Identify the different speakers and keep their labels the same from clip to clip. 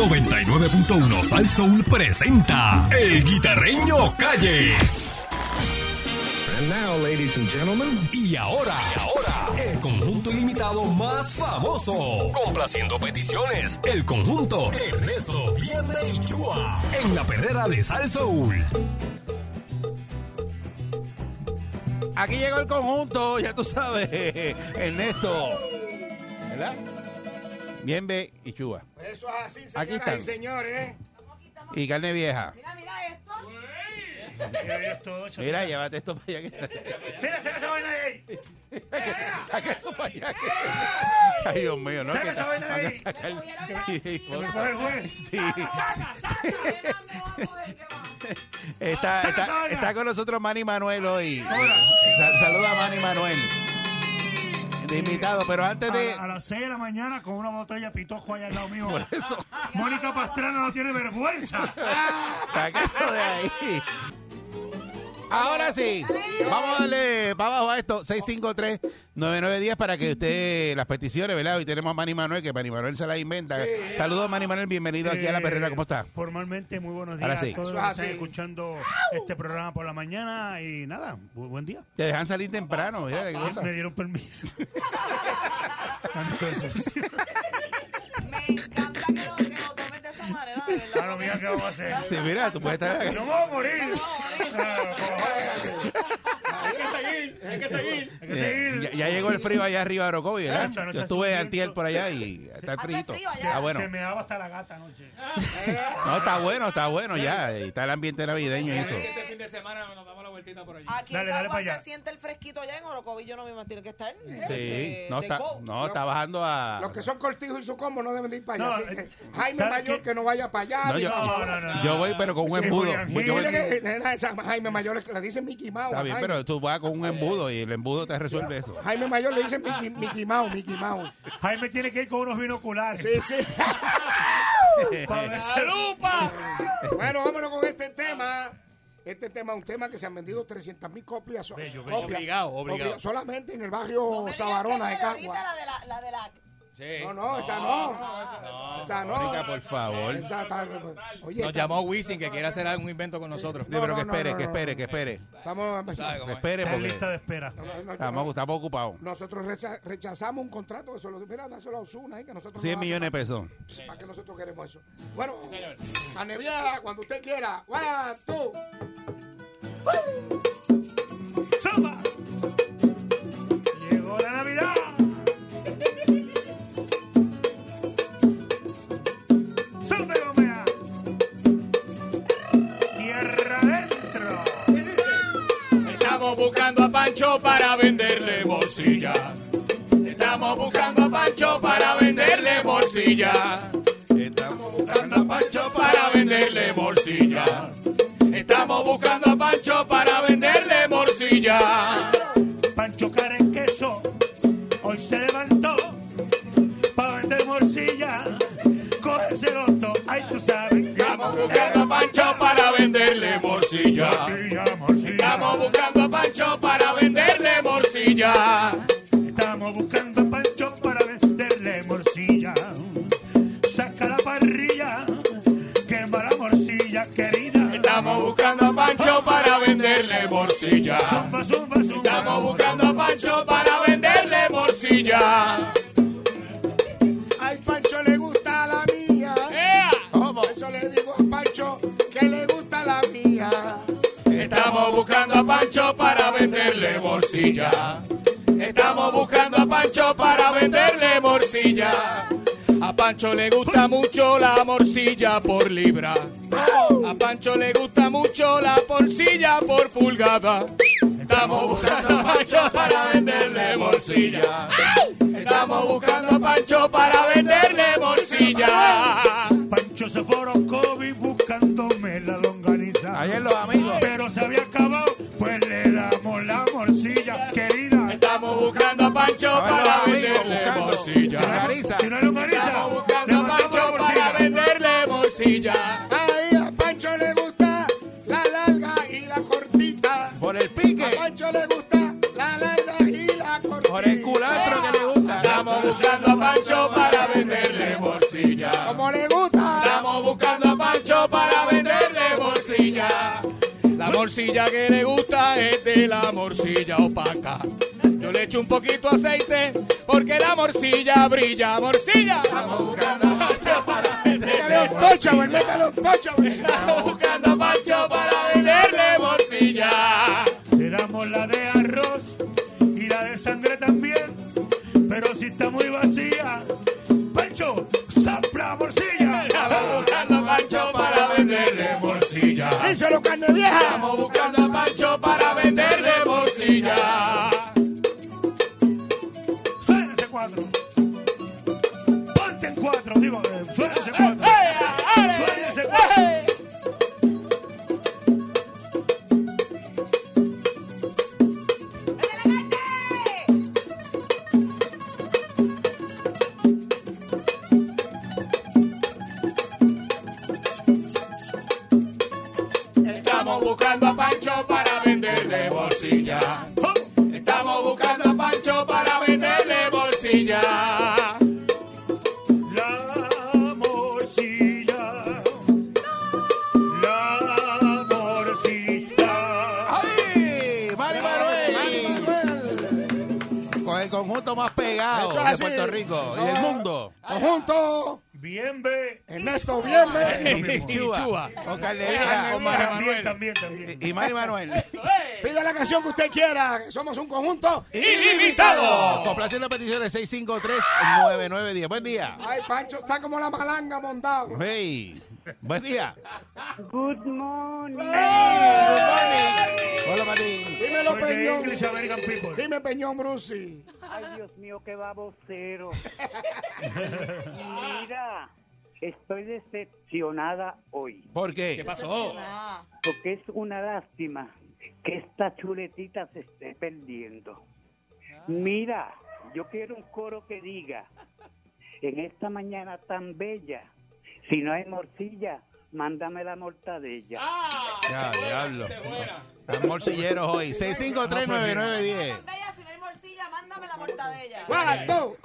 Speaker 1: 99.1 Salsoul presenta El Guitarreño Calle.
Speaker 2: And now, ladies and gentlemen,
Speaker 1: Y ahora, y ahora, el conjunto ilimitado más famoso. Complaciendo peticiones, el conjunto Ernesto Vierne y Chua. En la perrera de Salsoul.
Speaker 3: Aquí llegó el conjunto, ya tú sabes, Ernesto. ¿Verdad? Bien, ve y Chuba.
Speaker 4: Eso es así,
Speaker 3: Aquí
Speaker 4: señoras
Speaker 3: están.
Speaker 4: y señores.
Speaker 3: Y carne vieja.
Speaker 5: Mira, mira esto.
Speaker 4: Mira esto,
Speaker 3: Mira, llévate esto para allá. Que...
Speaker 4: Mira, saca esa vaina de ahí.
Speaker 3: Saca eso para allá. que- Ay, Dios mío, no.
Speaker 4: Saca
Speaker 3: que-
Speaker 4: esa vaina de
Speaker 3: hay que
Speaker 4: ahí.
Speaker 3: sacar-
Speaker 5: Cogieron la
Speaker 3: Sí,
Speaker 5: silla.
Speaker 4: Coge el juez.
Speaker 3: Sí.
Speaker 5: Saca, saca. ¿Qué más me va a poder? ¿Qué más?
Speaker 3: Está,
Speaker 4: Saca esa
Speaker 3: está,
Speaker 4: vaina.
Speaker 3: está con nosotros Manny Manuel hoy. Sa- saluda a Manny Manuel. De invitado, pero antes
Speaker 6: a,
Speaker 3: de.
Speaker 6: la- a las 6 de la mañana con una botella de pitojo allá al lado mío. Mónica Pastrana no tiene vergüenza.
Speaker 3: Saca eso de ahí. Ahora sí, vamos a darle para abajo a esto, 653-9910 para que usted las peticiones, ¿verdad? Hoy tenemos a Manny Manuel, que Manny Manuel se las inventa. Saludos Manny Manuel, bienvenido aquí a La
Speaker 6: Eh,
Speaker 3: Perrera, ¿cómo está?
Speaker 6: Formalmente, muy buenos
Speaker 3: Ahora
Speaker 6: días
Speaker 3: sí.
Speaker 6: a todos
Speaker 4: Eso
Speaker 6: los
Speaker 4: es
Speaker 6: que están
Speaker 4: así.
Speaker 6: escuchando este programa por la mañana y nada, bu- buen día.
Speaker 3: Te dejan salir temprano, mira qué cosa.
Speaker 6: Me dieron permiso. Tanto de sucio.
Speaker 5: Me encanta que lo, que lo tomes de esa manera, de verdad.
Speaker 6: Claro, mira qué vamos a hacer.
Speaker 3: Sí, mira, tú puedes estar
Speaker 6: ¡No vamos a morir! Ah,
Speaker 4: Hay que seguir.
Speaker 6: Hay que
Speaker 3: Eh,
Speaker 6: seguir.
Speaker 3: ya, ya llegó el frío allá arriba de Orocovi, ¿verdad?
Speaker 6: Anoche, anoche
Speaker 3: Yo estuve
Speaker 6: hace un
Speaker 3: antier
Speaker 6: viento.
Speaker 3: por allá y está el
Speaker 5: Hace
Speaker 3: frito.
Speaker 5: frío allá.
Speaker 3: Está Ah, bueno.
Speaker 6: Se me daba hasta la gata anoche.
Speaker 3: No, está bueno, está bueno ya. y Está el ambiente navideño y eso.
Speaker 7: Este fin de semana nos damos la vueltita por allí.
Speaker 5: Aquí
Speaker 6: Dale,
Speaker 5: en
Speaker 6: dale
Speaker 5: Caguas
Speaker 6: para
Speaker 5: se
Speaker 6: allá.
Speaker 5: siente el fresquito allá en Orocovi. Yo no me imagino que está en. este,
Speaker 3: Sí,
Speaker 5: de-
Speaker 3: no
Speaker 5: de
Speaker 3: está,
Speaker 5: go.
Speaker 3: no, está bajando a...
Speaker 4: Los que son cortijos y su combo no deben de ir para allá.
Speaker 6: No,
Speaker 4: así
Speaker 6: eh,
Speaker 4: que Jaime
Speaker 6: ¿sabes
Speaker 4: Mayor
Speaker 6: qué?
Speaker 4: que no vaya para allá.
Speaker 3: No, yo,
Speaker 6: No, no, no, no.
Speaker 3: yo voy, pero con un embudo.
Speaker 6: Julián
Speaker 3: Voy-
Speaker 4: Yo
Speaker 3: yo voy-
Speaker 6: Gil.
Speaker 4: que, nena, esa Jaime Mayor que le dicen Mickey Mouse.
Speaker 3: está
Speaker 4: a
Speaker 3: bien,
Speaker 4: Jaime.
Speaker 3: pero tú vas con un embudo y el embudo te resuelve eso.
Speaker 4: Jaime Mayor le dicen Mickey, Mickey Mouse, Mickey Mouse.
Speaker 6: Jaime tiene que ir con unos binoculares.
Speaker 4: Sí, sí.
Speaker 6: Para ver si-
Speaker 4: bueno, vámonos con este tema. Este tema es un tema que se han vendido 300 mil copias.
Speaker 6: Bello, bello.
Speaker 4: copias.
Speaker 7: Obligado, obligado.
Speaker 4: Copias, Solamente en el
Speaker 5: No
Speaker 4: barrio
Speaker 5: me digas
Speaker 4: Sabarona
Speaker 5: que
Speaker 4: Oh, de
Speaker 5: es la ahorita,
Speaker 4: Cagua.
Speaker 5: La de la, la de la.
Speaker 7: Sí.
Speaker 4: No, no, esa no. Esa no.
Speaker 3: Mónica, por favor.
Speaker 4: Esa está- Oye,
Speaker 7: Nos
Speaker 4: está-
Speaker 7: llamó Wisin que quiere hacer algún invento con nosotros.
Speaker 3: Sí, pero que
Speaker 4: no, no,
Speaker 3: espere,
Speaker 4: no,
Speaker 3: que
Speaker 4: no.
Speaker 3: espere, que espere.
Speaker 4: Estamos,
Speaker 7: ¿Sabe cómo
Speaker 3: Que
Speaker 7: es?
Speaker 3: espere
Speaker 6: Está en lista de
Speaker 3: porque
Speaker 6: espera.
Speaker 4: no, no,
Speaker 3: estamos,
Speaker 4: no.
Speaker 3: estamos ocupados.
Speaker 4: nosotros recha- rechazamos un contrato, eso lo mira, dáselo a Osuna, eh, que nosotros
Speaker 3: 100
Speaker 4: no
Speaker 3: millones de pesos.
Speaker 4: hacemos- para que nosotros queremos eso. Bueno, carne vieja, cuando usted quiera. One, two.
Speaker 6: ¡Samba! Llegó la Navidad. ¡Sube, Gomea! Tierra adentro.
Speaker 7: Estamos buscando a Pancho para venderle bolsillas. Estamos buscando a Pancho para venderle bolsillas.
Speaker 3: Estamos buscando a Pancho
Speaker 7: Para venderle bolsillas. Estamos buscando a Pancho para venderle bolsillas.
Speaker 6: Pancho Caren Queso hoy se levantó para vender morcilla. Coge ese loto, ahí tú sabes.
Speaker 7: Estamos buscando a Pancho para venderle bolsillas.
Speaker 6: Morcilla, morcilla.
Speaker 7: Estamos buscando a Pancho para venderle morcilla.
Speaker 6: Estamos buscando a Pancho para venderle morcilla. Saca la parrilla, quema la morcilla, querida.
Speaker 7: Estamos buscando a Pancho para venderle morcilla.
Speaker 6: Zumba, zumba, zumba.
Speaker 7: Estamos buscando a Pancho para venderle morcilla.
Speaker 4: Ay, Pancho le gusta la mía.
Speaker 7: ¡Ea!
Speaker 4: Por eso le digo a Pancho que le gusta la mía.
Speaker 7: Estamos buscando a Pancho para venderle morcilla. Estamos buscando a Pancho para venderle morcilla. A Pancho le gusta mucho la morcilla por libra. A Pancho le gusta mucho la porcilla por pulgada. Estamos buscando a Pancho para venderle morcilla. Estamos buscando a Pancho para venderle morcilla.
Speaker 6: Pancho se fueron COVID buscándome la longaniza.
Speaker 3: Ayer los amigos.
Speaker 6: Pero se había acabado, pues le damos la morcilla, querida.
Speaker 7: Estamos buscando a Pancho para
Speaker 3: Ahí los amigos
Speaker 7: venderle
Speaker 3: buscando.
Speaker 7: morcilla.
Speaker 3: Longaniza.
Speaker 6: Si no hay longaniza,
Speaker 7: Estamos buscando a
Speaker 6: levantamos
Speaker 7: Pancho para
Speaker 6: morcilla.
Speaker 7: venderle morcilla.
Speaker 4: Ay, a Pancho le gusta la larga y la cortita.
Speaker 3: Por el pique,
Speaker 4: A Pancho le gusta la larga y la cortita.
Speaker 3: por el culantro que le gusta.
Speaker 7: Estamos buscando a Pancho para venderle morcilla.
Speaker 4: Como le gusta.
Speaker 7: morcilla que le gusta es de la morcilla opaca. Yo le echo un poquito aceite porque la morcilla brilla, morcilla. Estamos buscando pancho para venderle
Speaker 4: Métale un tocho, güey, métale un tocho, güey.
Speaker 7: Estamos buscando pancho para venderle morcilla.
Speaker 6: Le damos la de arroz y la de sangre también. Pero si está muy vacía, Pancho, sopla morcilla.
Speaker 7: Estamos buscando pancho para venderle morcilla.
Speaker 4: Díselo, carne vieja.
Speaker 7: Estamos buscando a Pancho para venderle morcilla.
Speaker 6: Suena ese cuatro. Ponte en cuatro, digo, eh, suena ese cuatro.
Speaker 3: eh,
Speaker 6: Suena ese cuatro.
Speaker 7: Estamos buscando a Pancho para venderle bolsilla.
Speaker 6: ¡Oh!
Speaker 7: Estamos buscando a Pancho para venderle bolsilla.
Speaker 6: La morcilla. La morcilla.
Speaker 3: ¡Ay! ¡Mari Manuel! Con el conjunto más pegado
Speaker 4: Eso es
Speaker 3: de
Speaker 4: así.
Speaker 3: Puerto Rico
Speaker 4: Eso
Speaker 3: y del
Speaker 4: es.
Speaker 3: mundo.
Speaker 4: Conjunto,
Speaker 6: Bien, ve.
Speaker 4: Ernesto, bien, ve.
Speaker 3: Chihuahua. Con Carne Vieja, con Mari
Speaker 6: También,
Speaker 3: Manuel. Eh,
Speaker 6: también, también.
Speaker 3: Y, y Mari Manuel.
Speaker 4: Pida la canción que usted quiera, que somos un conjunto.
Speaker 7: ¡Ilimitado!
Speaker 3: Complacer las peticiones 653-9910. Buen día.
Speaker 4: Ay, Pancho está como la malanga montado.
Speaker 3: Hey. Buen día.
Speaker 8: Good morning.
Speaker 3: Hola, Marín.
Speaker 4: Dímelo,
Speaker 3: pues
Speaker 6: Porque
Speaker 4: Peñón.
Speaker 6: English American people.
Speaker 4: Dime, Peñón Brusi.
Speaker 8: Ay, Dios mío, qué babocero. Mira, estoy decepcionada hoy,
Speaker 3: ¿Por qué?
Speaker 7: pasó?
Speaker 8: porque es una lástima que esta chuletita se esté perdiendo.
Speaker 6: Ah.
Speaker 8: Mira, yo quiero un coro que diga, en esta mañana tan bella, si no hay morcilla, mándame la mortadella.
Speaker 6: Ah.
Speaker 3: Ya, diablo. Están morcilleros hoy. 653-9910.
Speaker 5: Bella, si no hay morcilla, mándame la mortadella.
Speaker 4: Cuarto.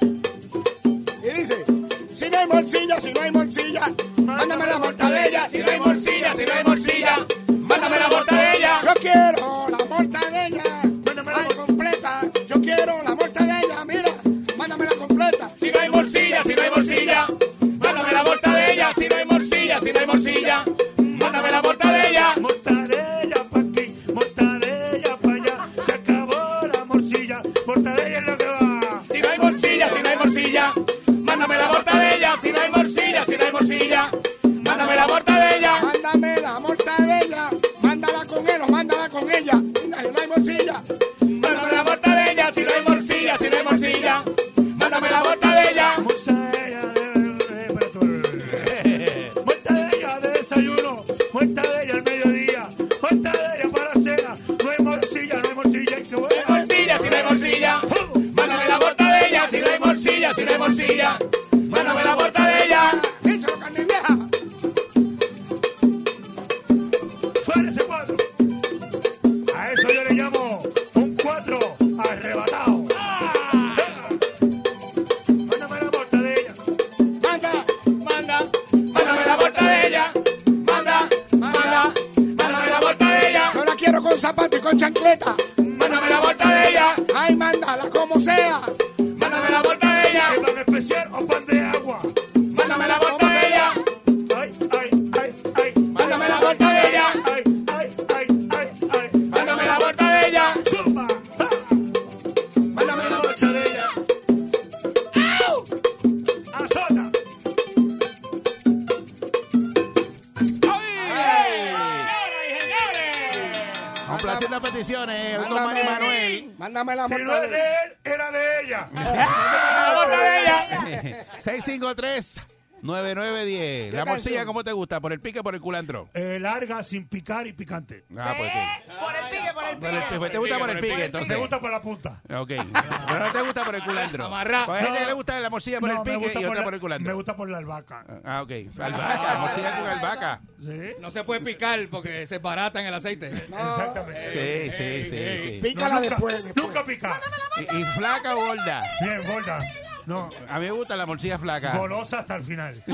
Speaker 4: Y dice, si no hay morcilla, si no hay morcilla, mándame la mortadella, si no hay morcilla, si no hay morcilla,
Speaker 7: ¡Mándame la mortadella!
Speaker 4: yo quiero la mortadella,
Speaker 6: Mándame la
Speaker 4: ay,
Speaker 6: mor-
Speaker 4: completa, yo quiero la mortadella, mira, mándame la completa.
Speaker 7: Si no hay morcilla, si no hay morcilla, mándame la mortadella. Si no hay morcilla, si no hay morcilla, mándame la mortadella.
Speaker 6: Mortadella pa' aquí, mortadella pa' allá. Se acabó la morcilla, mortadella es lo que va.
Speaker 7: Si no hay morcilla, si no hay morcilla, mándame la mortadella. Si no hay morcilla, si no hay morcilla, mándame la mortadella.
Speaker 4: Mándame la mortadella, mándala con él o mándala con ella. Mira, no hay morcilla.
Speaker 7: Mándame la mortadella, si no hay morcilla, si no hay morcilla. Mándame la mortadella.
Speaker 6: Mortadella de, de- de- mortadella de desayuno, mortadella al mediodía, mortadella para la cena. No hay morcilla, no hay morcilla, hay que
Speaker 7: Si no hay morcilla, si no hay morcilla. Mándame la mortadella, si no hay morcilla, si no hay morcilla. Mándame la mortadella.
Speaker 4: Díselo, Ah, carne vieja.
Speaker 6: Suena ese cuatro. A eso yo le llamo un cuatro arrebatado. Mándame la mortadella.
Speaker 7: Manda, manda, mándame la mortadella. Manda, manda, mándame la mortadella.
Speaker 4: Yo la quiero con zapato y con chancleta.
Speaker 7: Mándame la mortadella.
Speaker 4: Ay, mándala como sea.
Speaker 7: Mándame la mortadella.
Speaker 6: pan especial o pan de agua.
Speaker 7: Mándame la mortadella.
Speaker 6: Ay, ay, ay, ay.
Speaker 7: Mándame la mortadella.
Speaker 6: Ay, ay, ay, ay, ay.
Speaker 7: Mándame la mortadella.
Speaker 6: Zumba. Ja. Mándame la mortadella. Azota.
Speaker 3: Complacer las peticiones. Hoy con Mari
Speaker 4: Mándame,
Speaker 3: Manuel.
Speaker 4: Mándame la
Speaker 6: Si no es de
Speaker 4: mortadella.
Speaker 6: él, era de ella.
Speaker 7: Mándame la mortadella.
Speaker 3: 653 9910. La
Speaker 4: ¿Qué
Speaker 3: morcilla,
Speaker 4: canción?
Speaker 3: ¿cómo te gusta? ¿Por el pique o por el culantro?
Speaker 6: Eh, larga, sin picar y picante.
Speaker 3: Ah, pues sí.
Speaker 5: Eh, Por el pique, por el
Speaker 3: Por el-
Speaker 5: pique.
Speaker 3: te gusta por el pique,
Speaker 6: ¿Te
Speaker 3: entonces.
Speaker 6: gusta por la punta?
Speaker 3: Ah, Ok. Pero no te gusta por el culantro.
Speaker 9: Amarrá.
Speaker 3: Pues a gente
Speaker 6: No.
Speaker 3: le gusta la morcilla por el
Speaker 6: No,
Speaker 3: pique y
Speaker 6: por
Speaker 3: otra
Speaker 6: la-
Speaker 3: por el culantro.
Speaker 6: Me gusta por la albahaca.
Speaker 3: Ah, ok. Albahaca, morcilla con
Speaker 5: esa, esa.
Speaker 3: albahaca.
Speaker 6: ¿Sí?
Speaker 9: No se puede picar porque se baratan el aceite.
Speaker 3: Sí,
Speaker 6: Exactamente.
Speaker 3: sí, sí, sí.
Speaker 4: Pícala
Speaker 6: No, nunca,
Speaker 4: después. después.
Speaker 6: Nunca pica.
Speaker 3: ¿Y, y flaca o gorda?
Speaker 6: Bien, gorda. No,
Speaker 3: A mí me gusta la morcilla flaca. Ah,
Speaker 6: golosa hasta el final.
Speaker 3: Viste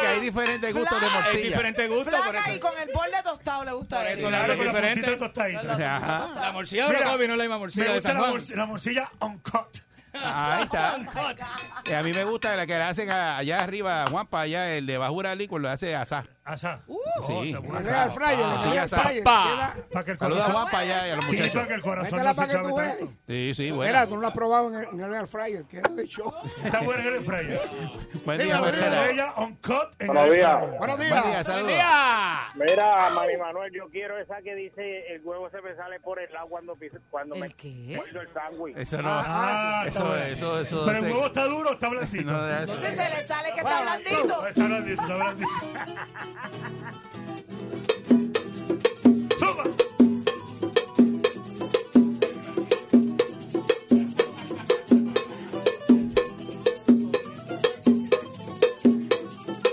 Speaker 3: que hay diferentes gustos de
Speaker 5: Flaca.
Speaker 9: Hay
Speaker 3: morcilla.
Speaker 9: diferentes gustos, por
Speaker 5: Flaca y
Speaker 9: eso.
Speaker 5: con el borde tostado le gusta
Speaker 9: Por
Speaker 5: a
Speaker 9: eso
Speaker 5: él.
Speaker 9: la
Speaker 6: Claro,
Speaker 9: hace
Speaker 6: con la
Speaker 9: diferente.
Speaker 6: puntita tostadita.
Speaker 3: Ajá.
Speaker 9: Ah. La morcilla de
Speaker 6: Mira,
Speaker 9: Orocovi no es la misma
Speaker 6: Me
Speaker 9: morcilla de
Speaker 6: gusta
Speaker 9: San
Speaker 6: la,
Speaker 9: Juan.
Speaker 6: morci- la morcilla uncut.
Speaker 3: Ahí está. Y a mí me gusta la que la hacen a- allá arriba, Juanpa, allá el de Bajura Liquor lo hace asá.
Speaker 6: Asá.
Speaker 4: Uh,
Speaker 6: Oh,
Speaker 3: sí,
Speaker 4: Le
Speaker 3: asá.
Speaker 4: da al fryer, le
Speaker 3: Sí,
Speaker 4: da al
Speaker 3: asá.
Speaker 4: fryer,
Speaker 9: Pa.
Speaker 4: queda-
Speaker 6: Para que el
Speaker 3: Saluda a
Speaker 6: corazón,
Speaker 3: Juanpa allá y a los
Speaker 6: Sí,
Speaker 3: muchachos.
Speaker 6: para que el corazón
Speaker 4: Métela
Speaker 6: no
Speaker 4: para
Speaker 6: se
Speaker 4: que tú
Speaker 6: chave
Speaker 4: veas.
Speaker 6: tanto.
Speaker 3: Sí, sí,
Speaker 4: Mira,
Speaker 3: bueno.
Speaker 4: tú no la has probado en el, en el air fryer, queda de show.
Speaker 6: Está buena en el fryer.
Speaker 3: Buen día,
Speaker 4: Dígame,
Speaker 3: Ferrera.
Speaker 6: Morcilla uncut en
Speaker 10: Buenos
Speaker 6: el
Speaker 10: días.
Speaker 6: fryer.
Speaker 4: Buenos días.
Speaker 3: Buen día, saludos.
Speaker 9: ¡Ya!
Speaker 10: Mira, Mari Manuel, yo quiero esa que dice el huevo se me sale por el lado cuando, pis- cuando me
Speaker 5: ¿El qué?
Speaker 10: muerdo el sándwich.
Speaker 3: Eso no.
Speaker 6: Ah, está
Speaker 3: eso,
Speaker 6: buena.
Speaker 3: eso, eso.
Speaker 6: Pero el
Speaker 3: se-
Speaker 6: huevo está duro, o está blandito.
Speaker 3: no, de-
Speaker 5: Entonces se le sale que está blandito.
Speaker 6: Está blandito, está blandito. ¡Toma!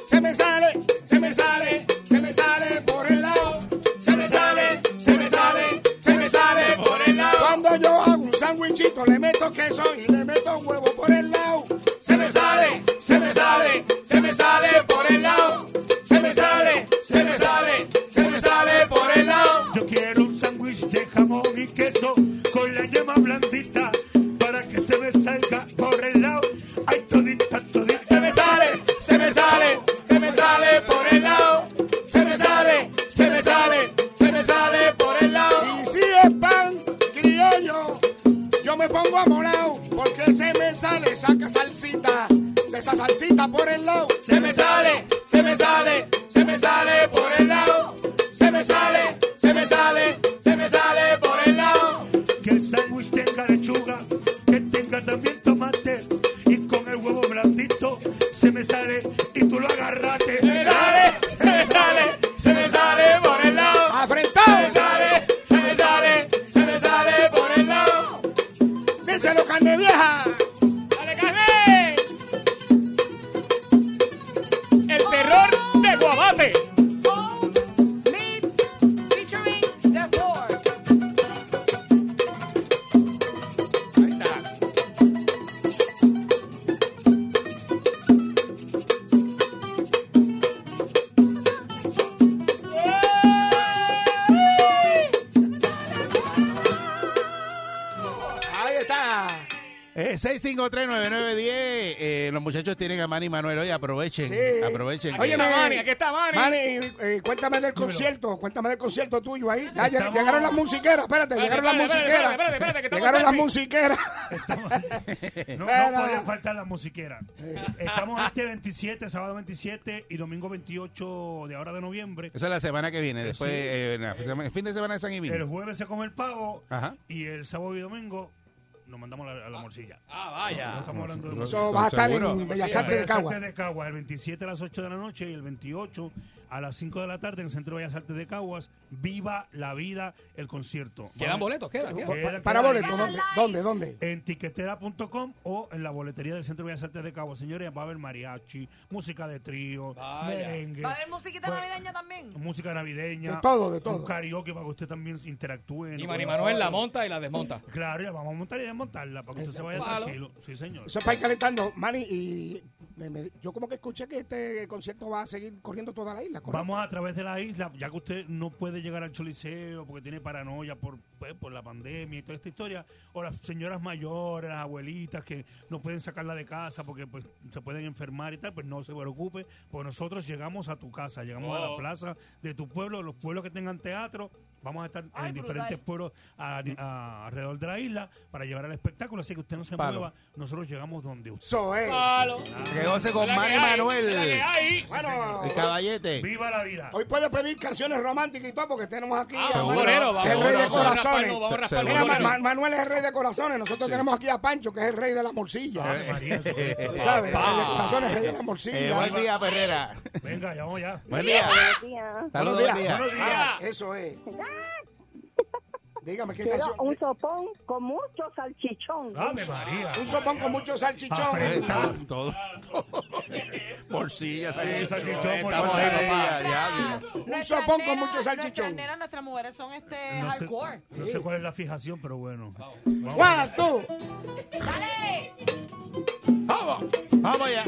Speaker 4: Se me sale.
Speaker 9: Se me sale, se me sale por el lado. Se me sale, se me sale, se me sale por el lado.
Speaker 4: Cuando yo hago un sándwichito, le meto queso y le meto huevo por el lado.
Speaker 9: Se me sale, se me sale, se me sale por el lado. Se me sale, se me sale, se me sale por el lado.
Speaker 6: Yo quiero un sándwich de jamón y queso con la yema blandita para que se me salga por el lado. Ay, todita, todita.
Speaker 9: Se me sale, se me sale, se me sale por el lado. Se me sale, se me sale, se me sale por el lado.
Speaker 4: Y si es pan criollo, yo me pongo a morao, porque se me sale esa salsita, esa salsita por el lado.
Speaker 9: Se me sale, se me sale, se me sale por el lado. Se me sale, se me sale, se me sale por el lado.
Speaker 6: Que el sándwich tenga lechuga, que tenga también tomate y con el huevo blandito se me sale y tú lo agarraste.
Speaker 9: Se me sale, se me sale, se me sale por el lado. Se me
Speaker 4: ¡Afrentado!
Speaker 9: sale, se me sale, se me sale por el lado.
Speaker 4: ¡Díselo, carne vieja!
Speaker 9: ¡Dale, carne! El terror de Guabate.
Speaker 5: Old meat featuring the fork.
Speaker 4: ¡Ahí está!
Speaker 3: Eh, 6539910. Eh, los muchachos tienen a Manny Manuel hoy. Aprovechen.
Speaker 4: Sí.
Speaker 3: Aprovechen.
Speaker 4: Oye,
Speaker 3: que-
Speaker 4: Manny,
Speaker 9: Mani, aquí está Mani.
Speaker 4: Mani, eh, cuéntame del concierto, cuéntame del concierto tuyo ahí. Ya lleg-
Speaker 6: Estamos-
Speaker 4: llegaron las musiqueras, espérate, llegaron las
Speaker 9: espérate,
Speaker 4: musiqueras.
Speaker 9: espérate, espérate, que estamos
Speaker 4: llegaron las
Speaker 9: selfie.
Speaker 4: musiqueras.
Speaker 6: No,
Speaker 4: Espera.
Speaker 6: no podía faltar la musiquera. Estamos este 27, sábado 27 y domingo 28 de ahora de noviembre.
Speaker 3: Esa es la semana que viene. Después,
Speaker 6: Sí.
Speaker 3: eh, en la sema- el fin de semana de San Ivín.
Speaker 6: El jueves se come el pavo
Speaker 3: Ajá.
Speaker 6: y el sábado y domingo nos mandamos la- a la morcilla.
Speaker 9: Ah, vaya.
Speaker 6: Estamos hablando de
Speaker 4: Eso va a estar
Speaker 3: Seguro.
Speaker 4: en Bellas Artes de
Speaker 6: Bellas
Speaker 4: Cagua.
Speaker 6: Artes de Caguas, el 27 a las 8 de la noche y el 28 a las 5 de la tarde en el Centro de Bellas Artes de Caguas. Viva la vida, el concierto.
Speaker 9: Quedan boletos, quedan. quedan.
Speaker 6: Queda-
Speaker 4: Para
Speaker 6: queda-
Speaker 4: boleto, ¿dónde? ¿Dónde? ¿Dónde?
Speaker 6: En tiquetera.com o en la boletería del Centro de Bellas Artes de Caguas. Señores, va a haber mariachi, música de trío, merengue.
Speaker 5: ¿Va a haber musiquita navideña también?
Speaker 6: Música navideña.
Speaker 4: De todo, de todo.
Speaker 6: Un karaoke para que usted también se interactúe.
Speaker 9: Y
Speaker 6: ¿no?
Speaker 9: Mari Manuel la monta y la desmonta.
Speaker 6: Claro, ya vamos a montar y desmontarla para que usted se vaya tranquilo. Sí, señor.
Speaker 4: Eso es para ir calentando, Manny, y me- me- yo como que escuché que este concierto va a seguir corriendo toda la isla. ¿correcto?
Speaker 6: Vamos a través de la isla, ya que usted no puede llegar al choliseo porque tiene paranoia por, pues, por la pandemia y toda esta historia, o las señoras mayores, las abuelitas que no pueden sacarla de casa porque pues, se pueden enfermar y tal, pues no se preocupe,
Speaker 4: Oh.
Speaker 6: pues nosotros llegamos a tu casa, llegamos a la plaza de tu pueblo, los pueblos que tengan teatro, Vamos a estar
Speaker 5: Ay,
Speaker 6: en
Speaker 5: brutal.
Speaker 6: diferentes pueblos a- a- alrededor de la isla para llevar el espectáculo. Así que usted no se
Speaker 3: Palo.
Speaker 6: mueva, nosotros llegamos donde usted.
Speaker 4: Eso es.
Speaker 7: Palo.
Speaker 3: Que goce con
Speaker 7: La que
Speaker 3: Manny
Speaker 7: hay,
Speaker 3: Manuel.
Speaker 7: la que hay.
Speaker 4: Bueno,
Speaker 3: El caballete.
Speaker 6: ¡Viva la vida!
Speaker 4: hoy puede pedir canciones románticas y todo porque tenemos aquí
Speaker 7: Ah,
Speaker 4: a
Speaker 7: un
Speaker 3: Seguro.
Speaker 7: bolero,
Speaker 4: Manuel,
Speaker 7: vamos,
Speaker 4: que es el rey de
Speaker 7: vamos a rasparnos,
Speaker 4: corazones.
Speaker 7: vamos a rasparnos,
Speaker 3: Seguro.
Speaker 4: Mira,
Speaker 7: vamos a
Speaker 4: Ma-
Speaker 7: rasparnos.
Speaker 4: Ma- Manuel es el rey de corazones. Nosotros tenemos aquí a Pancho, que es el rey de la
Speaker 7: Ah,
Speaker 4: morcilla.
Speaker 7: eh,
Speaker 6: Ave María, eso-
Speaker 4: ¿Tú ¿Sabes? El rey de corazones, el rey de la
Speaker 3: Eh,
Speaker 4: morcilla.
Speaker 3: buen día, Perrera.
Speaker 6: Venga, ya vamos ya.
Speaker 3: Buen día.
Speaker 11: días.
Speaker 3: Saludos,
Speaker 4: Buenos
Speaker 3: buen
Speaker 4: días.
Speaker 3: día.
Speaker 6: Buenos días.
Speaker 4: Ah, eso es. Dígame qué
Speaker 11: Quiero
Speaker 4: canción. Eh,
Speaker 11: un sopón con mucho salchichón.
Speaker 6: ¡Ave María!
Speaker 4: Un sopón con mucho salchichón.
Speaker 6: Ah, sí.
Speaker 3: Está todo. Bolsillas,
Speaker 6: Sí, salchichón, por
Speaker 3: Estamos
Speaker 6: favor.
Speaker 3: ahí, papá. Ya,
Speaker 5: Nuestra-
Speaker 3: ya.
Speaker 5: nuestras
Speaker 4: sopón con
Speaker 5: nenas-
Speaker 4: mucho
Speaker 5: Nuestras
Speaker 4: salchichón.
Speaker 5: nenas, nuestras mujeres son este
Speaker 6: No sé,
Speaker 5: hardcore.
Speaker 6: no sé cuál es la fijación, pero bueno.
Speaker 4: One, two.
Speaker 5: ¡Dale!
Speaker 3: Vamos. Vamos allá.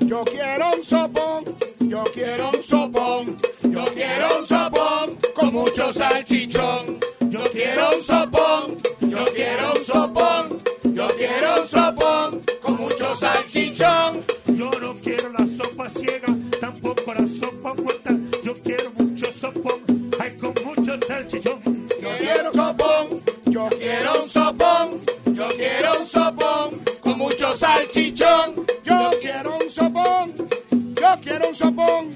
Speaker 4: Yo quiero un sopón, yo quiero un sopón, yo quiero un sopón con mucho salchichón.
Speaker 7: Yo quiero un sopón, yo quiero un sopón, yo quiero un sopón con mucho salchichón.
Speaker 6: Yo no quiero la sopa ciega, tampoco la sopa muerta. Yo quiero mucho sopón, hay con mucho salchichón.
Speaker 7: Yo quiero un sopón, yo quiero un sopón, yo quiero un sopón con mucho salchichón.
Speaker 4: Yo quiero un sopón, yo quiero un sopón.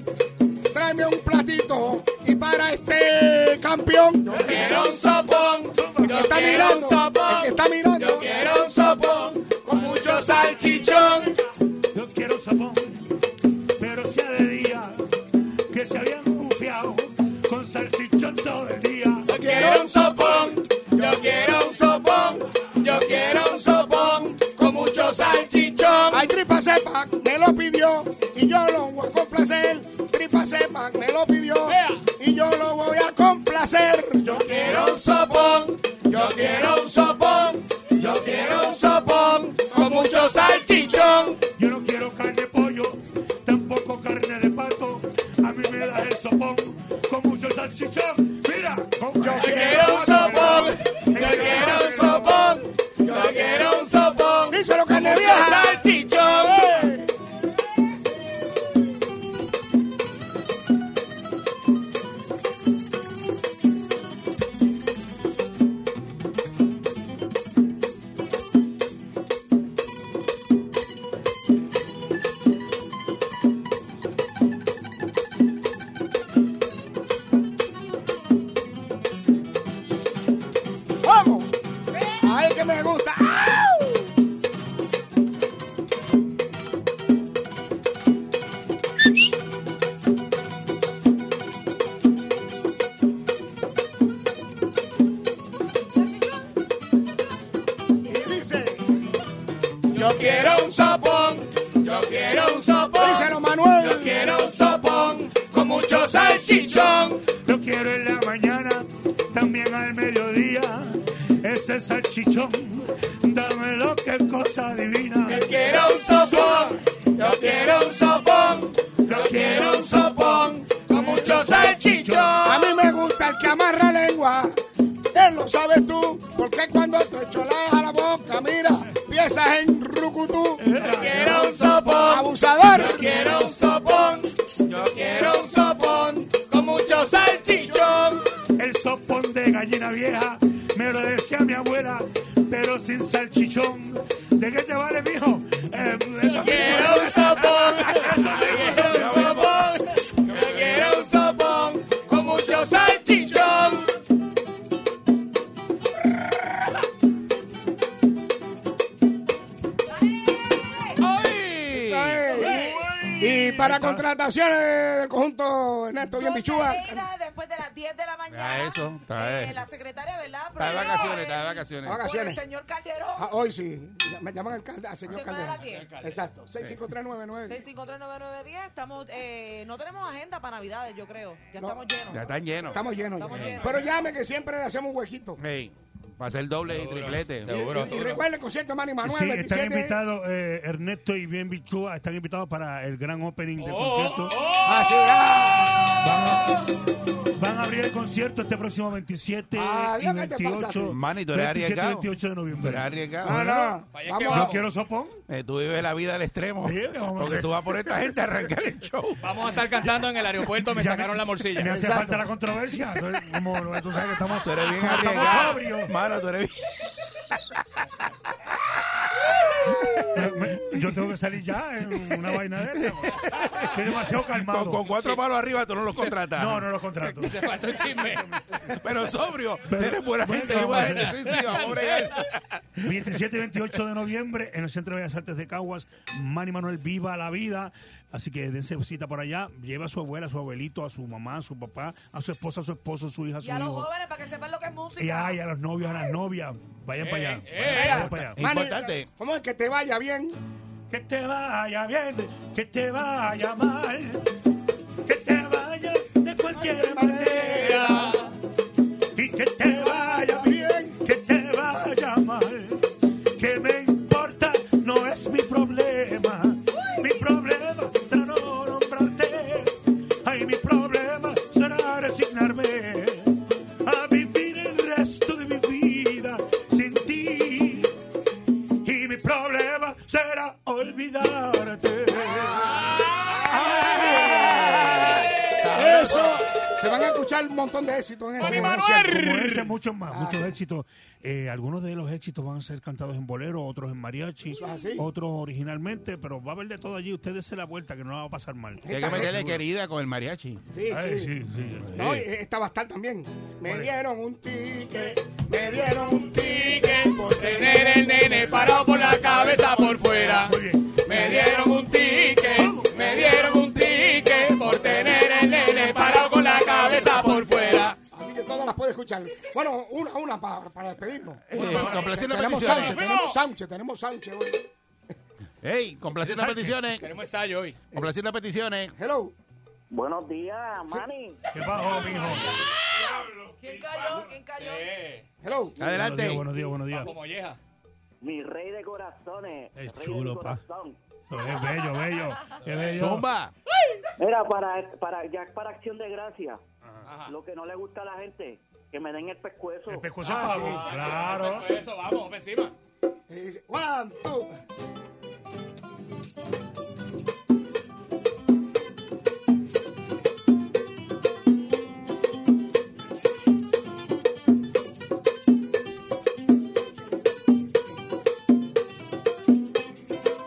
Speaker 4: Tráeme un platito y para este campeón.
Speaker 7: Yo quiero un sopón, yo
Speaker 4: está
Speaker 7: quiero un
Speaker 4: mirando, el que
Speaker 7: sopón,
Speaker 4: está mirando.
Speaker 7: yo quiero un sopón con mucho salchichón.
Speaker 6: Yo quiero sopón, pero sea de día, que se habían bufiado con salchichón todo el día.
Speaker 7: Yo quiero un sopón, yo quiero un sopón, yo quiero un sopón con mucho salchichón.
Speaker 4: Ay, Tripa Sepa me lo pidió y yo lo voy a complacer. Tripa Sepa me lo pidió
Speaker 7: Vea.
Speaker 4: y yo lo voy a complacer.
Speaker 7: Yo quiero un sopón, yo quiero un sopón, yo quiero un sopón con mucho salchichón.
Speaker 6: Yo no quiero carne de pollo, tampoco carne de pato. A mí me da el sopón con mucho salchichón. Mira, con yo
Speaker 7: Yo quiero un sopón, yo quiero un sopón, yo quiero un sopón
Speaker 4: Díselo,
Speaker 7: con
Speaker 4: carne
Speaker 7: mucho
Speaker 4: vieja.
Speaker 7: salchichón.
Speaker 4: ¡Vamos! ¡Ay, que me gusta! ¡Au! Y dice,
Speaker 7: Yo quiero un sopón, yo quiero un
Speaker 4: díselo,
Speaker 7: sopón, yo
Speaker 4: Manuel.
Speaker 7: quiero un sopón con mucho salchichón.
Speaker 6: Lo quiero en la mañana, también al mediodía. Ese salchichón, dámelo, que cosa divina.
Speaker 7: Yo quiero un sopón, yo quiero un sopón, yo quiero un sopón con mucho
Speaker 4: A
Speaker 7: salchichón.
Speaker 4: mí me gusta el que amarra lengua. Él lo sabes tú, porque cuando te cholas a la boca, mira, piensas en Rucutú.
Speaker 7: Yo quiero un sopón,
Speaker 4: Abusador.
Speaker 7: yo quiero un sopón, yo quiero un sopón con mucho salchichón.
Speaker 6: El sopón de gallina vieja, me lo decía mi abuela, pero sin salchichón. ¿De qué te vale, mijo? Eh, eso
Speaker 7: Yo quiero un sopón, yo quiero un sopón, yo quiero un sopón con mucho salchichón.
Speaker 3: ¡Ay!
Speaker 4: Ay. Y para contrataciones del conjunto Ernesto Bien Bichúa.
Speaker 5: Bichúa. Después de las 10 de la mañana.
Speaker 3: Ah, eso, está
Speaker 5: eh,
Speaker 3: bien.
Speaker 5: La secretaria, ¿verdad?
Speaker 3: Está de
Speaker 5: Pero,
Speaker 3: vacaciones, está de
Speaker 5: eh,
Speaker 3: vacaciones.
Speaker 5: Por el
Speaker 4: Vacaciones.
Speaker 5: señor Calderón.
Speaker 4: Ah, hoy sí. Me llaman al calde- al señor
Speaker 5: Después de las
Speaker 4: Calderón.
Speaker 5: 10.
Speaker 4: Exacto. 65399.
Speaker 5: 6539910, estamos, eh, no tenemos agenda para Navidades, yo creo. Ya
Speaker 4: No.
Speaker 5: estamos llenos.
Speaker 3: Ya están llenos.
Speaker 4: Estamos llenos. ya.
Speaker 5: Estamos llenos.
Speaker 4: Pero llame que siempre le hacemos un huequito.
Speaker 3: Ey, Para hacer doble y triplete. Seguro.
Speaker 4: Y recuerden el concierto de Manny Manuel,
Speaker 6: Sí, están
Speaker 4: 27.
Speaker 6: invitados eh, Ernesto y Bien Bichúa, están invitados para el gran opening del
Speaker 7: Oh,
Speaker 6: concierto.
Speaker 4: Ah, sí, ah.
Speaker 7: oh.
Speaker 6: Van a abrir el concierto este próximo 27
Speaker 4: Ah,
Speaker 6: y
Speaker 4: ya que te pasa.
Speaker 6: 28,
Speaker 3: Manny, tú eres
Speaker 6: 27 y
Speaker 3: arriesgado.
Speaker 6: 28 de
Speaker 3: Tú
Speaker 6: noviembre.
Speaker 3: eres arriesgado.
Speaker 4: No, Ah, no.
Speaker 7: Vaya que
Speaker 4: Vamos,
Speaker 6: Yo
Speaker 4: vamos.
Speaker 6: quiero sopón.
Speaker 3: Eh, tú vives la vida al extremo.
Speaker 6: Sí, ¿qué vamos a
Speaker 3: Porque
Speaker 6: hacer?
Speaker 3: tú vas por esta gente a arrancar el show.
Speaker 7: Vamos a estar cantando en el aeropuerto, me
Speaker 6: Ya
Speaker 7: sacaron
Speaker 6: me-
Speaker 7: la
Speaker 6: Me
Speaker 7: morcilla.
Speaker 6: hace
Speaker 4: Exacto.
Speaker 6: falta la controversia. Entonces, como tú sabes que estamos,
Speaker 3: Tú eres bien
Speaker 6: como estamos
Speaker 3: arriesgado.
Speaker 6: sobrios.
Speaker 3: Mano, tú eres bien.
Speaker 6: me- me- yo tengo que salir ya en una vaina de esta. pues. Estoy demasiado calmado.
Speaker 3: Con, con cuatro palos arriba tú no los contratas.
Speaker 6: No, no los contrato.
Speaker 7: Se faltó un chisme.
Speaker 3: Pero sobrio,
Speaker 6: Pero-
Speaker 3: eres buena
Speaker 6: bueno,
Speaker 3: gente. qué buena
Speaker 6: vamos a
Speaker 3: gente. Sí, sí, vamos a bregar.
Speaker 6: 27 y 28 de noviembre en el Centro de Bellas Artes de Caguas. Manny Manuel viva la vida. Así que dense cita por allá. Lleva a su abuela, a su abuelito, a su mamá, a su papá, a su esposa, a su esposo, a su hija, a
Speaker 5: Y
Speaker 6: su
Speaker 5: a los
Speaker 6: hijo.
Speaker 5: jóvenes para que sepan lo que es música.
Speaker 6: Y ay, a los novios, a las novias. Vayan para allá.
Speaker 7: eh,
Speaker 6: vayan
Speaker 7: eh.
Speaker 6: para allá.
Speaker 4: Manny,
Speaker 3: Importante.
Speaker 4: ¿Cómo es que te vaya bien?
Speaker 6: Que te vaya bien, que te vaya mal, que te vaya de cualquier manera. Y que te vaya bien, que te vaya mal. Que me importa, no es mi problema. Mi problema será no nombrarte. Ay, mi problema será resignarme a vivir el resto de mi vida sin ti. Y mi problema será olvidarte.
Speaker 4: Eso. Se van a escuchar un montón de éxitos en ese
Speaker 6: Como ese, muchos más,
Speaker 4: Ah,
Speaker 6: muchos éxitos. Eh, algunos de los éxitos van a ser cantados en bolero, otros en mariachi,
Speaker 4: así.
Speaker 6: otros originalmente, pero va a haber de todo allí. Usted dése la vuelta, que no la va a pasar mal.
Speaker 3: Y Hay que meterle querida con el mariachi.
Speaker 4: Sí,
Speaker 6: Ay,
Speaker 4: sí.
Speaker 6: sí, sí.
Speaker 4: No, y esta va a estar también. Me dieron un ticket, me dieron un ticket por tener
Speaker 7: Tener el nene parado por la cabeza por fuera.
Speaker 6: Muy bien.
Speaker 7: Me dieron un ticket, me dieron un ticket por tener el nene parado con la cabeza por fuera.
Speaker 4: Así que todas las puede escuchar. Bueno, una, una para, para despedirnos.
Speaker 3: Eh, complaciendo
Speaker 4: Tenemos Sánchez,
Speaker 3: peticiones.
Speaker 4: tenemos Sánchez, tenemos Sánchez hoy.
Speaker 3: Ey, complaciendo peticiones.
Speaker 7: Tenemos ensayo hoy.
Speaker 3: Complaciendo peticiones.
Speaker 4: Hello.
Speaker 8: Buenos días, Manny.
Speaker 6: ¿Qué pasó, mijo?
Speaker 5: ¿Quién cayó? ¿Quién cayó?
Speaker 7: Eh,
Speaker 4: Hello.
Speaker 3: Adelante.
Speaker 6: Buenos días, buenos días,
Speaker 7: como
Speaker 6: buenos días.
Speaker 7: yeja.
Speaker 8: Mi rey de corazones.
Speaker 6: Es
Speaker 8: rey
Speaker 6: chulo,
Speaker 8: del
Speaker 6: pa.
Speaker 8: corazón.
Speaker 6: Es bello, bello. Es bello.
Speaker 3: Zumba.
Speaker 8: Mira, para, para, ya para acción de gracia, lo que no le gusta a la gente, que me den el pescuezo.
Speaker 6: El pescuezo
Speaker 4: Ah,
Speaker 6: pavo. Claro.
Speaker 7: Eso, vamos, vamos encima.
Speaker 4: Y dice, One, two.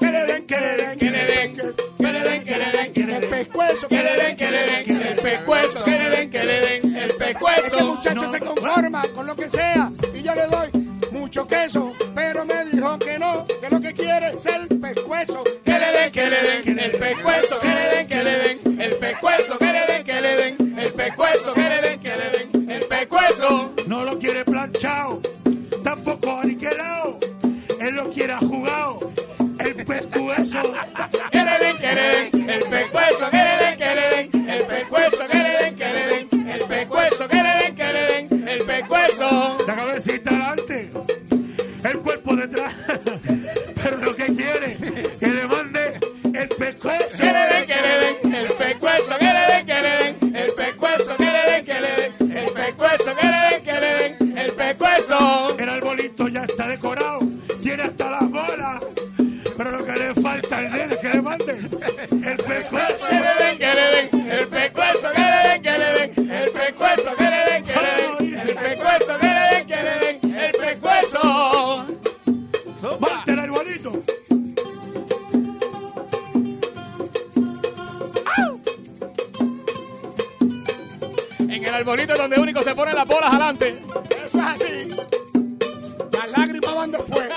Speaker 4: Que le den, que le den,
Speaker 7: Que le den, que le den, que le den, que
Speaker 4: que
Speaker 7: le
Speaker 4: le
Speaker 7: den.
Speaker 4: pescuezo,
Speaker 7: Que le den, que le den, que le den el pescuezo. Que le den, que le den el
Speaker 4: Ese
Speaker 7: pescuezo.
Speaker 4: muchacho se conforma con lo que sea y yo le doy mucho queso, pero me dijo que no, que lo que quiere es el pescuezo.
Speaker 7: Que le den, que le den el pescuezo. Que le den, que le den el pescuezo. Que le den, que le den el pescuezo. Que le den, que le den el pescuezo.
Speaker 6: No lo quiere planchado, tampoco aniquilado. Él lo quiere jugado. El pescuezo.
Speaker 7: Que le den, que le den el pescuezo. Que le den, que le den el pescuezo. Que le den, que le den el pescuezo. Que le den, que le den el pescuezo.
Speaker 6: La cabecita adelante, el cuerpo detrás. Pero lo que quiere, que le mande el pescuezo.
Speaker 7: Que le den, que le den el pescuezo, que le den, que le den el pescuezo, que le den, que le den el pescuezo, que le den, que le den el pescuezo.
Speaker 6: El arbolito ya está decorado, tiene hasta las bolas. Pero lo que le falta al nene, que le mande el pescuezo.
Speaker 7: Que le den, que le den el pescuezo, que le den, que le den el pescuezo, que le den, que le den el pescuezo, que le den, que le den el pescuezo.
Speaker 6: ¡Mate el arbolito!
Speaker 7: En el arbolito donde único se ponen las bolas adelante.
Speaker 4: Eso es así. Las lágrimas van después.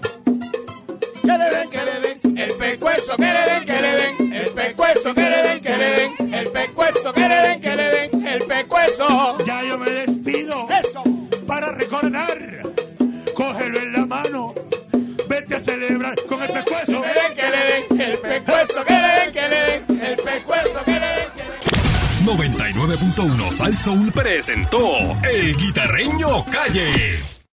Speaker 7: Que le den, que le den el pescuezo, que le den, que le den el pescuezo, que le den, que le den el pescuezo, que le den, que le den el pescuezo.
Speaker 6: Ya yo me despido
Speaker 4: Eso.
Speaker 6: para recordar. Coge celebrar con el pescuezo.
Speaker 7: Que le den el pescuezo, que le den, que le den el pescuezo, que le den.
Speaker 1: 99.1 Sal Soul presentó El Guitarreño Calle.